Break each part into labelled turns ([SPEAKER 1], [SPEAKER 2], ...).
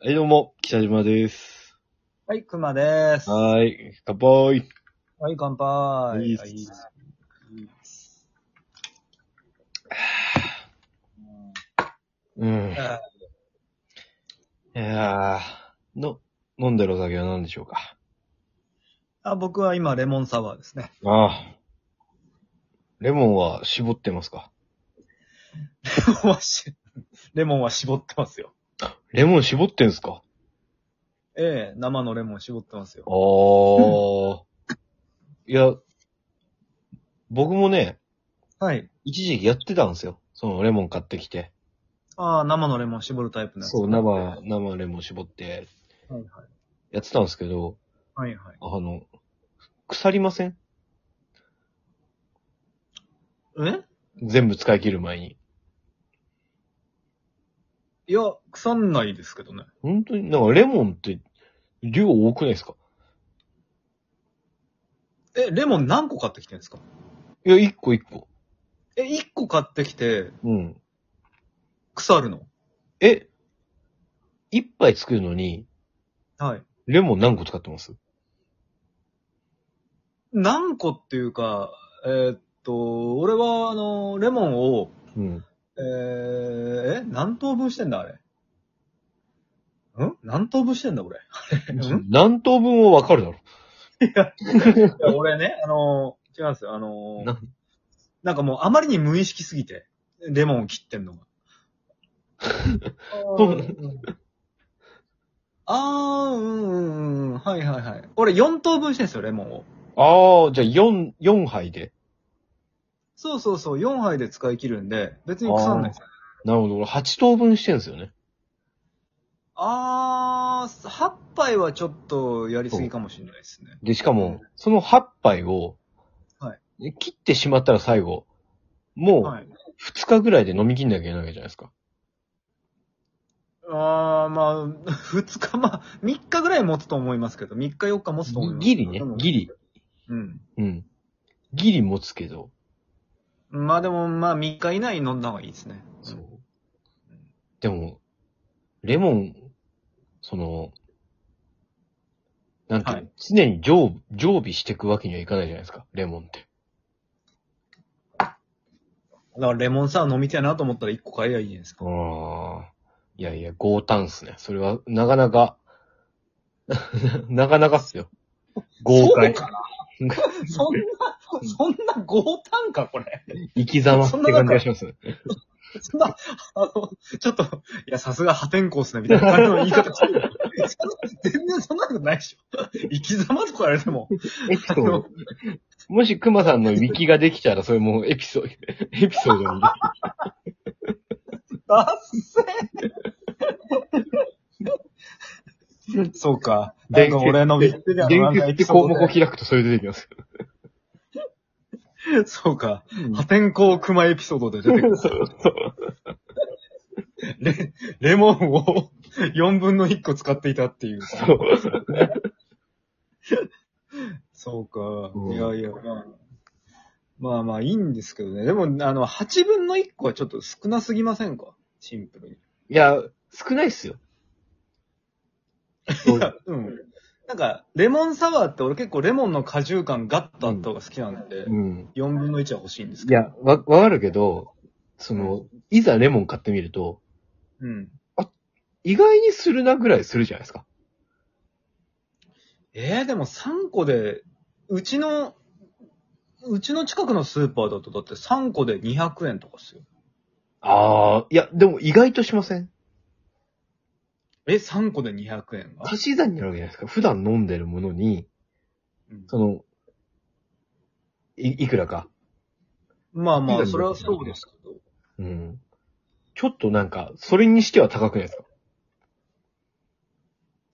[SPEAKER 1] はい、どうも、北島です。
[SPEAKER 2] はい、熊です。は
[SPEAKER 1] はーい、乾杯。
[SPEAKER 2] い、乾杯。
[SPEAKER 1] い
[SPEAKER 2] はい
[SPEAKER 1] いっす
[SPEAKER 2] う
[SPEAKER 1] う
[SPEAKER 2] ん
[SPEAKER 1] ん。い
[SPEAKER 2] あ
[SPEAKER 1] やー、の、飲んでるお酒は何でしょうか。
[SPEAKER 2] あ、僕は今、レモンサワーですね。
[SPEAKER 1] ああ。レモンは絞ってますか
[SPEAKER 2] レモンはしレモンは絞ってますよ。
[SPEAKER 1] レモン絞ってんすか
[SPEAKER 2] ええ生のレモン絞ってますよ
[SPEAKER 1] あ。ー。いや、僕もね、
[SPEAKER 2] はい。
[SPEAKER 1] 一時期やってたんですよ。そのレモン買ってきて。
[SPEAKER 2] ああ、生のレモン絞るタイプのやつ。
[SPEAKER 1] そう、
[SPEAKER 2] はい
[SPEAKER 1] 生、生レモン絞って
[SPEAKER 2] はい。
[SPEAKER 1] やってたんですけど、
[SPEAKER 2] はいはい。
[SPEAKER 1] あの、腐りません
[SPEAKER 2] え
[SPEAKER 1] 全部使い切る前に。
[SPEAKER 2] いや、腐んないですけどね。
[SPEAKER 1] 本当に、なんかレモンって量多くないですか
[SPEAKER 2] え、レモン何個買ってきてるんですか
[SPEAKER 1] いや、一個一個。
[SPEAKER 2] え、1個買ってきて、
[SPEAKER 1] うん。
[SPEAKER 2] 腐るの
[SPEAKER 1] え、一杯作るのに、
[SPEAKER 2] はい。
[SPEAKER 1] レモン何個使ってます
[SPEAKER 2] 何個っていうか、えーっと、俺は、あの、レモンを、
[SPEAKER 1] うん。
[SPEAKER 2] えー、え何等分してんだ、あれ。ん何等分してんだ、これ。ん
[SPEAKER 1] 何等分はわかるだろ。
[SPEAKER 2] いや俺ね、あのー、違うんですよ、あのー、
[SPEAKER 1] な
[SPEAKER 2] なんかもうあまりに無意識すぎて、レモンを切ってんのが。あ
[SPEAKER 1] そうな
[SPEAKER 2] ーうんあー、うんうんうん、はいはいはい。俺4等分してんですよ、レモンを。
[SPEAKER 1] ああ、じゃあ4、四杯で。
[SPEAKER 2] そうそうそう、4杯で使い切るんで、別に腐んないですよ。
[SPEAKER 1] なるほど。俺8等分してんすよね。
[SPEAKER 2] あー、8杯はちょっとやりすぎかもしれないですね。
[SPEAKER 1] で、しかも、その8杯を、
[SPEAKER 2] は
[SPEAKER 1] 切ってしまったら最後、も
[SPEAKER 2] はいう
[SPEAKER 1] 2日ぐらいで飲み切んなきゃいけないわけじゃないですか。
[SPEAKER 2] ああ、まあ、 二日、まあ、三日ぐらい持つと思いますけど、三日四日持つと思います。
[SPEAKER 1] ギリね
[SPEAKER 2] でも
[SPEAKER 1] ギリ。
[SPEAKER 2] うん。
[SPEAKER 1] うん。ギリ持つけど。
[SPEAKER 2] まあでも、まあ、三日以内に飲んだ方がいいですね。
[SPEAKER 1] そう。
[SPEAKER 2] うん
[SPEAKER 1] でも、レモン、その、なんていうの、
[SPEAKER 2] はい
[SPEAKER 1] 常に常常備していくわけにはいかないじゃないですか、レモンって。
[SPEAKER 2] だから、レモンサワー飲みたいなと思ったら一個買えばいいじゃないですか。
[SPEAKER 1] ああ。いやいや、豪胆っすね。それは、なかなか、 なかなかっすよ。豪快。
[SPEAKER 2] そうかな そんな、そんな豪胆か、これ。
[SPEAKER 1] 生き様って感じがしますね。
[SPEAKER 2] そんな、あの、ちょっと、いや、さすが破天荒っすね、みたいな感じの言い 方してる。全然そんなことないでしょ。生き様とか言われても。
[SPEAKER 1] エピソード。もし、熊さんのウィキができたら、それもうエピソード、エピソードに。
[SPEAKER 2] あっせー そうか。なんか俺の言ってた
[SPEAKER 1] 伝
[SPEAKER 2] なんか
[SPEAKER 1] 説
[SPEAKER 2] エ
[SPEAKER 1] って
[SPEAKER 2] ピソ
[SPEAKER 1] 項
[SPEAKER 2] ード
[SPEAKER 1] 目を
[SPEAKER 2] で
[SPEAKER 1] 開くとそれ出てきます。
[SPEAKER 2] そうか。破天荒熊エピソードで出てくる。レレモンを4分の1個使っていたっていう。
[SPEAKER 1] そう。
[SPEAKER 2] そうか
[SPEAKER 1] う。ん
[SPEAKER 2] いやいや、まあ、まあまあいいんですけどね。でも、あの、8分の1個はちょっと少なすぎませんかシンプルに。
[SPEAKER 1] いや、少ないっすよ。
[SPEAKER 2] い やうん。なんか、レモンサワーって俺結構レモンの果汁感ガッとあった方が好きなんで。
[SPEAKER 1] うん。
[SPEAKER 2] 4分の1は欲しいんです
[SPEAKER 1] い
[SPEAKER 2] けど。
[SPEAKER 1] や、わ、わかるけど、その、いざレモン買ってみると、
[SPEAKER 2] うん。
[SPEAKER 1] 意外にするなぐらいするじゃないですか。
[SPEAKER 2] えー、でも3個で、うちの、うちの近くのスーパーだとだって3個で200円とかっすよ。
[SPEAKER 1] ああ、いや、でも意外としません
[SPEAKER 2] え、3個で200円が
[SPEAKER 1] 足し算になるわけじゃないですか。普段飲んでるものに、
[SPEAKER 2] うん
[SPEAKER 1] その、い、いくらか。
[SPEAKER 2] まあま
[SPEAKER 1] いい
[SPEAKER 2] あ、
[SPEAKER 1] じゃん
[SPEAKER 2] それはそうですけど。
[SPEAKER 1] うん。ちょっとなんか、それにしては高くないですか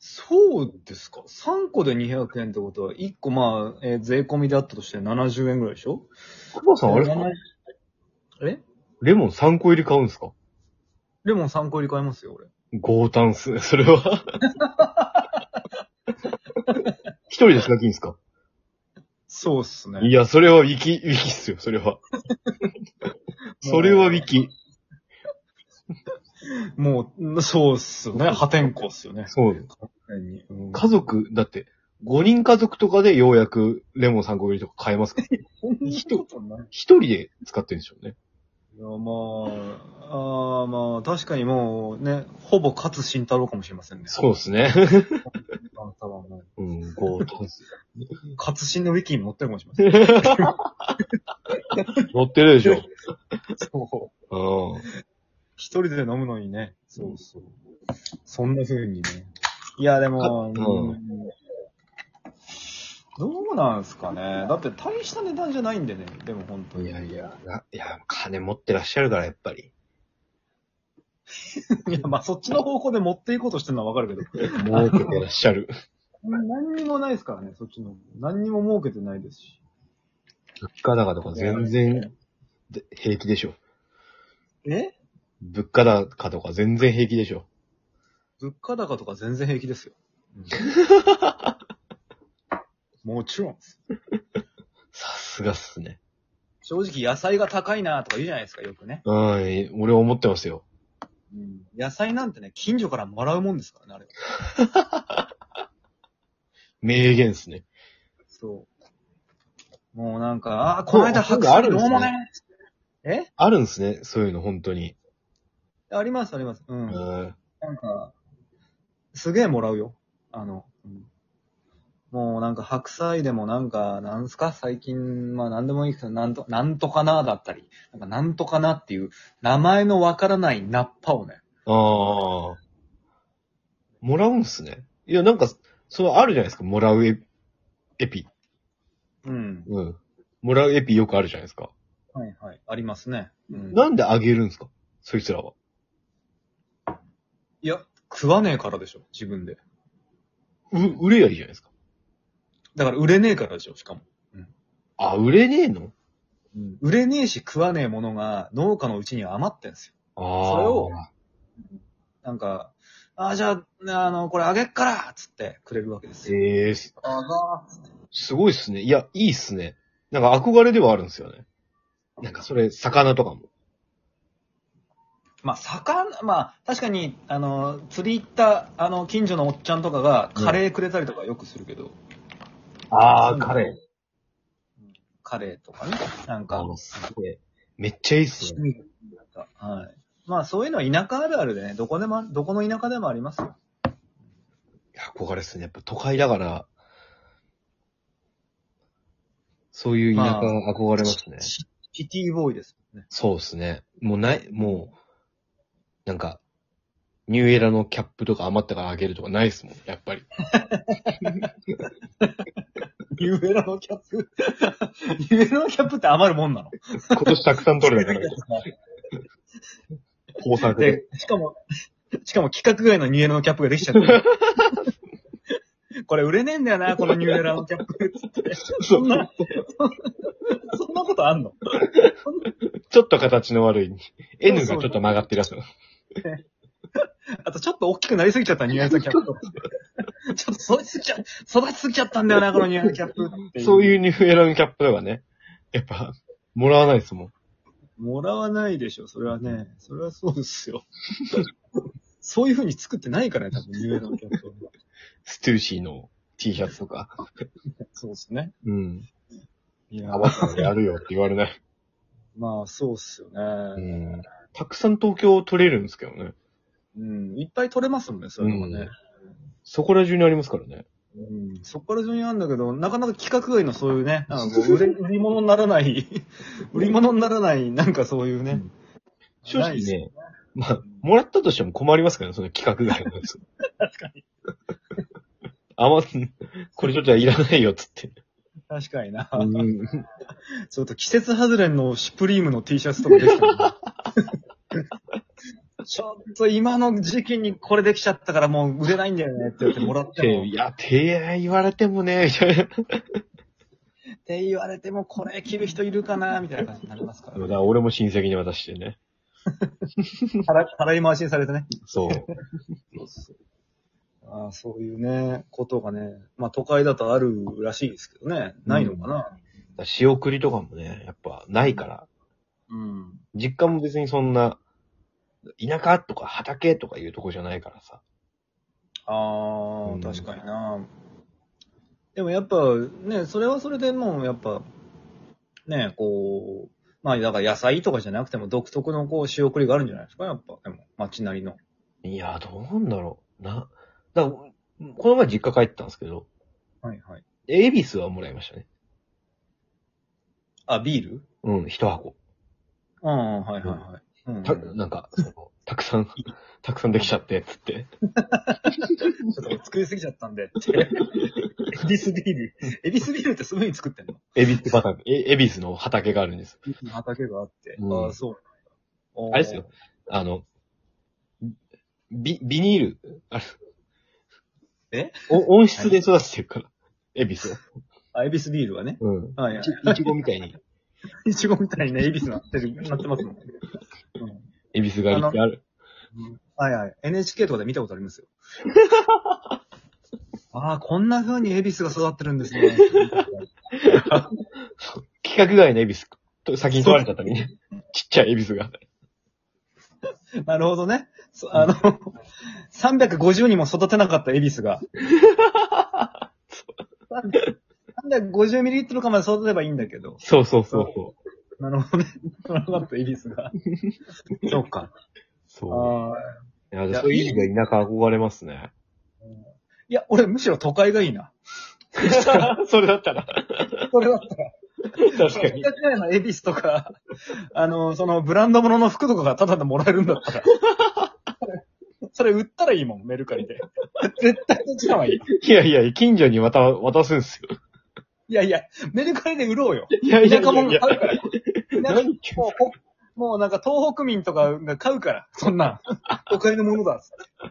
[SPEAKER 2] そうですか。3個で200円ってことは、1個まあ、えー税込みであったとして70円ぐらいでしょ
[SPEAKER 1] 久保さん、あれっすか
[SPEAKER 2] ええ
[SPEAKER 1] レモン3個入り買うんですか
[SPEAKER 2] レモン3個入り替えますよ、俺。
[SPEAKER 1] 豪胆っすね、 それは。一人でしかきんすか
[SPEAKER 2] そうっすね。
[SPEAKER 1] いや、それはウィキ、ウィキっ すよ、それは。それはウィキ。
[SPEAKER 2] もう、そうっすよね。破天荒っすよね。
[SPEAKER 1] そう。
[SPEAKER 2] うん
[SPEAKER 1] 家族、だって、5人家族とかでようやくレモン3個入りとか買えますから。
[SPEAKER 2] そんなことない。
[SPEAKER 1] 一人で使ってるんでしょうね。
[SPEAKER 2] いや、まあ、ああまあ、確かにもうね、ほぼ勝慎太郎かもしれませんね。
[SPEAKER 1] そうですね。
[SPEAKER 2] あなたはも
[SPEAKER 1] うん、ゴータンス。
[SPEAKER 2] う。勝慎のウィキに載ってるかもしれません。
[SPEAKER 1] 乗ってるでしょ。
[SPEAKER 2] そう。
[SPEAKER 1] うん。
[SPEAKER 2] 一人で飲むのにね。そうそう。そんな風にね。いや、でも、
[SPEAKER 1] うん
[SPEAKER 2] うんどうなんすかね。だって大した値段じゃないんでね。でも本当に。
[SPEAKER 1] いやいや、ないや、金持ってらっしゃるから、やっぱり。
[SPEAKER 2] いや、まあそっちの方向で持っていこうとしてるのはわかるけど。
[SPEAKER 1] 儲けてらっしゃる。
[SPEAKER 2] 何にもないですからね、そっちの。何にも儲けてないですし。
[SPEAKER 1] 物価高とか全然で平気でしょ。
[SPEAKER 2] え
[SPEAKER 1] 物価高とか全然平気でしょ。
[SPEAKER 2] 物価高とか全然平気ですよ。 もちろん。
[SPEAKER 1] さすがっすね。
[SPEAKER 2] 正直野菜が高いなとか言うじゃないですか、よくね。
[SPEAKER 1] うん、俺思ってますよ。
[SPEAKER 2] 野菜なんてね、近所からもらうもんですからね、あれ。
[SPEAKER 1] 名言っすね。
[SPEAKER 2] そう。もうなんか、ああ、この間
[SPEAKER 1] そう
[SPEAKER 2] 白
[SPEAKER 1] あ
[SPEAKER 2] 菜
[SPEAKER 1] るん
[SPEAKER 2] ど
[SPEAKER 1] で
[SPEAKER 2] う
[SPEAKER 1] すね
[SPEAKER 2] もね。え
[SPEAKER 1] あるんすね、そういうの、本当に。
[SPEAKER 2] あります、あります。う。
[SPEAKER 1] うんん。
[SPEAKER 2] なんか、すげえもらうよ。あの、うんもうなんか白菜でもなんか、なんすか最近、まあなんでもいいけど、なんと、なんとかなだったり、なんかなんとかなっていう、名前のわからないナッパをね。
[SPEAKER 1] ああ。もらうんすね。いや、なんか、そのあるじゃないですか、もらうエエピ。
[SPEAKER 2] うん。
[SPEAKER 1] うん。もらうエピよくあるじゃないですか。
[SPEAKER 2] はいはい。ありますね。うん、
[SPEAKER 1] なんであげるんですかそいつらは。
[SPEAKER 2] いや、食わねえからでしょ、自分で。
[SPEAKER 1] う、売れやいいじゃないですか。
[SPEAKER 2] だから売れねえからでしょ、しかも。
[SPEAKER 1] あ、売れねえの
[SPEAKER 2] うん、売れねえし食わねえものが農家のうちには余ってんすよ。
[SPEAKER 1] ああ。
[SPEAKER 2] それをなんか、ああ、じゃあ、ねあの、これあげっからっつってくれるわけですよ。
[SPEAKER 1] ええす
[SPEAKER 2] あが
[SPEAKER 1] すごいっすね。いや、いいっすね。なんか憧れではあるんですよね。なんかそれ、魚とかも。
[SPEAKER 2] まあ、魚、まあ、確かに、あの、釣り行った、あの、近所のおっちゃんとかが、
[SPEAKER 1] うん
[SPEAKER 2] カレーくれたりとかよくするけど、
[SPEAKER 1] あ
[SPEAKER 2] あカ
[SPEAKER 1] レー。
[SPEAKER 2] カレーとかね、なん
[SPEAKER 1] あ
[SPEAKER 2] か、
[SPEAKER 1] の、すごい。めっちゃいいっすね。
[SPEAKER 2] はい。まあ、そういうのは田舎あるあるでね、どこでもあ、どこの田舎でもありますよ。
[SPEAKER 1] 憧れっすね。やっぱ都会だから、そういう田舎憧れますね。
[SPEAKER 2] シシティボーイですもんね。
[SPEAKER 1] そうっすね。もうない、もう、なんか、ニューエラのキャップとか余ったからあげるとかないっすもん、やっぱり。
[SPEAKER 2] ニューエラのキャッ プニューエラのキャップって余るもんなの
[SPEAKER 1] 今年たくさん取れ たから、豊作で。
[SPEAKER 2] で、しかも、 しかも規格外のニューエラのキャップができちゃった。 これ売れねえんだよな、このニューエラのキャップ。つって
[SPEAKER 1] そ
[SPEAKER 2] ん
[SPEAKER 1] う。
[SPEAKER 2] な、そんなことあんの
[SPEAKER 1] ちょっと形の悪い。N がちょっと曲がってるやつ。
[SPEAKER 2] あとちょっと大きくなりすぎちゃったニュアンスキャップ。ちょっと育ちすぎちゃ、育ちすぎちゃったんだよな、このニュアンスキャップっていう。
[SPEAKER 1] そう
[SPEAKER 2] う。
[SPEAKER 1] いうニューエラのキャップとかね。やっぱ、もらわないですもん。
[SPEAKER 2] もらわないでしょ、それはね。それはそうですよ。そういう風に作ってないからね、多分、ニューエラのキャップは。
[SPEAKER 1] ストゥーシーの T シャツとか。
[SPEAKER 2] そうですね。
[SPEAKER 1] うん。
[SPEAKER 2] いや
[SPEAKER 1] あ、ばったやるよって言われない。
[SPEAKER 2] まあ、そうっすよ
[SPEAKER 1] う
[SPEAKER 2] ね。
[SPEAKER 1] ん。たくさん東京取れるんですけどね。
[SPEAKER 2] うん。いっぱい取れますもんね、そういうのがね。
[SPEAKER 1] そこら中にありますからね。
[SPEAKER 2] うん。そっから順にあるんだけど、なかなか規格外のそういうね、なんかこう売れ 売り物にならない、 売り物にならない、なんかそういうね。
[SPEAKER 1] 正
[SPEAKER 2] な
[SPEAKER 1] 直
[SPEAKER 2] いっす
[SPEAKER 1] ね、まあ、もらったとしても困りますからね、その企画外のやつ。
[SPEAKER 2] 確かに。
[SPEAKER 1] あま、これちょっといらないよっつって。
[SPEAKER 2] 確かにな。
[SPEAKER 1] うん。
[SPEAKER 2] ちょっと季節外れのシュプリームの T シャツとかでき たなちょっと今の時期にこれできちゃったからもう売れないんだよねって言ってもら っても。
[SPEAKER 1] て、いや、て言われてもね、みたいな。
[SPEAKER 2] って言われてもこれ着る人いるかなみたいな感じになりますから、
[SPEAKER 1] だから俺も親戚に渡してね。
[SPEAKER 2] 払い払い回しにされてね。
[SPEAKER 1] そう。
[SPEAKER 2] ああそういうね、ことがね、まあ都会だとあるらしいですけどね、ないのかな。
[SPEAKER 1] 仕送りとかもね、やっぱないから。
[SPEAKER 2] うん。
[SPEAKER 1] 実家も別にそんな、田舎とか畑とかいうとこじゃないからさ。
[SPEAKER 2] あ
[SPEAKER 1] う
[SPEAKER 2] あ、
[SPEAKER 1] ん
[SPEAKER 2] 確かにな。でもやっぱね、それはそれでもうやっぱ、ね、こう、まあだから野菜とかじゃなくても独特のこう仕送りがあるんじゃないですか、やっぱ。でも、街なりの。
[SPEAKER 1] いや、どうなんだろう。な、だからこの前実家帰ってたんですけど、
[SPEAKER 2] はいはい。
[SPEAKER 1] エビスはもらいましたね。
[SPEAKER 2] あ、ビール
[SPEAKER 1] うん、一箱。
[SPEAKER 2] うんうん、はいはいはい。うんうん、ち
[SPEAKER 1] た、
[SPEAKER 2] ょっ
[SPEAKER 1] なんか、その、たくさん、たくさんできちゃって、つって。
[SPEAKER 2] と作りすぎちゃったんで。エビスビール。エビスビールってすぐに作ってんの
[SPEAKER 1] エビス畑、えエビスの畑があるんです。
[SPEAKER 2] 畑があって。
[SPEAKER 1] うん
[SPEAKER 2] ああ、そうなんだ
[SPEAKER 1] あれですよ。あの、ビ、ビニール、あれ。
[SPEAKER 2] え
[SPEAKER 1] お温室で育ててるから。エビスを。
[SPEAKER 2] あ、エビスビールはね。
[SPEAKER 1] うん。
[SPEAKER 2] はいはい。
[SPEAKER 1] いちごみたいに、
[SPEAKER 2] いちごみたいにね、エビスなってる、なってますもん。うん
[SPEAKER 1] エビス狩りってある。
[SPEAKER 2] はいはい。NHK とかで見たことあり ますよ。ああ、こんな風にエビスが育ってるんです ね。
[SPEAKER 1] 規格外のエビス、と先に取られちゃったりね。ちっちゃいエビスが。
[SPEAKER 2] なるほどね。そあの、350にも育てなかったエビスが。350ミリリットルかまで育てればいいんだけど。
[SPEAKER 1] そうそうそうそう。
[SPEAKER 2] な るほどね。取らなかったエビスが。そうか。
[SPEAKER 1] そう。
[SPEAKER 2] ああ。
[SPEAKER 1] いや
[SPEAKER 2] いや
[SPEAKER 1] そういう意味では田舎憧れますね。
[SPEAKER 2] いや、俺むしろ都会がいいな。
[SPEAKER 1] それだったら。
[SPEAKER 2] それだったら。
[SPEAKER 1] 確かに。
[SPEAKER 2] 500円のエビスとか、 あの、そのブランド物の服とかがタダでもらえるんだったら。 それ売ったらいいもん、メルカリで。 絶対そっちの方がいい。
[SPEAKER 1] いやいや、近所にまた渡すんですよ。
[SPEAKER 2] いやいや、メルカリで売ろうよ。
[SPEAKER 1] いやいや
[SPEAKER 2] 田
[SPEAKER 1] い
[SPEAKER 2] 舎
[SPEAKER 1] や
[SPEAKER 2] 物
[SPEAKER 1] い
[SPEAKER 2] 買
[SPEAKER 1] や
[SPEAKER 2] う。から。田舎
[SPEAKER 1] 何言ってんの
[SPEAKER 2] もうほ、もうなんか東北民とかが買うから、そんなん。都会のものだっつって。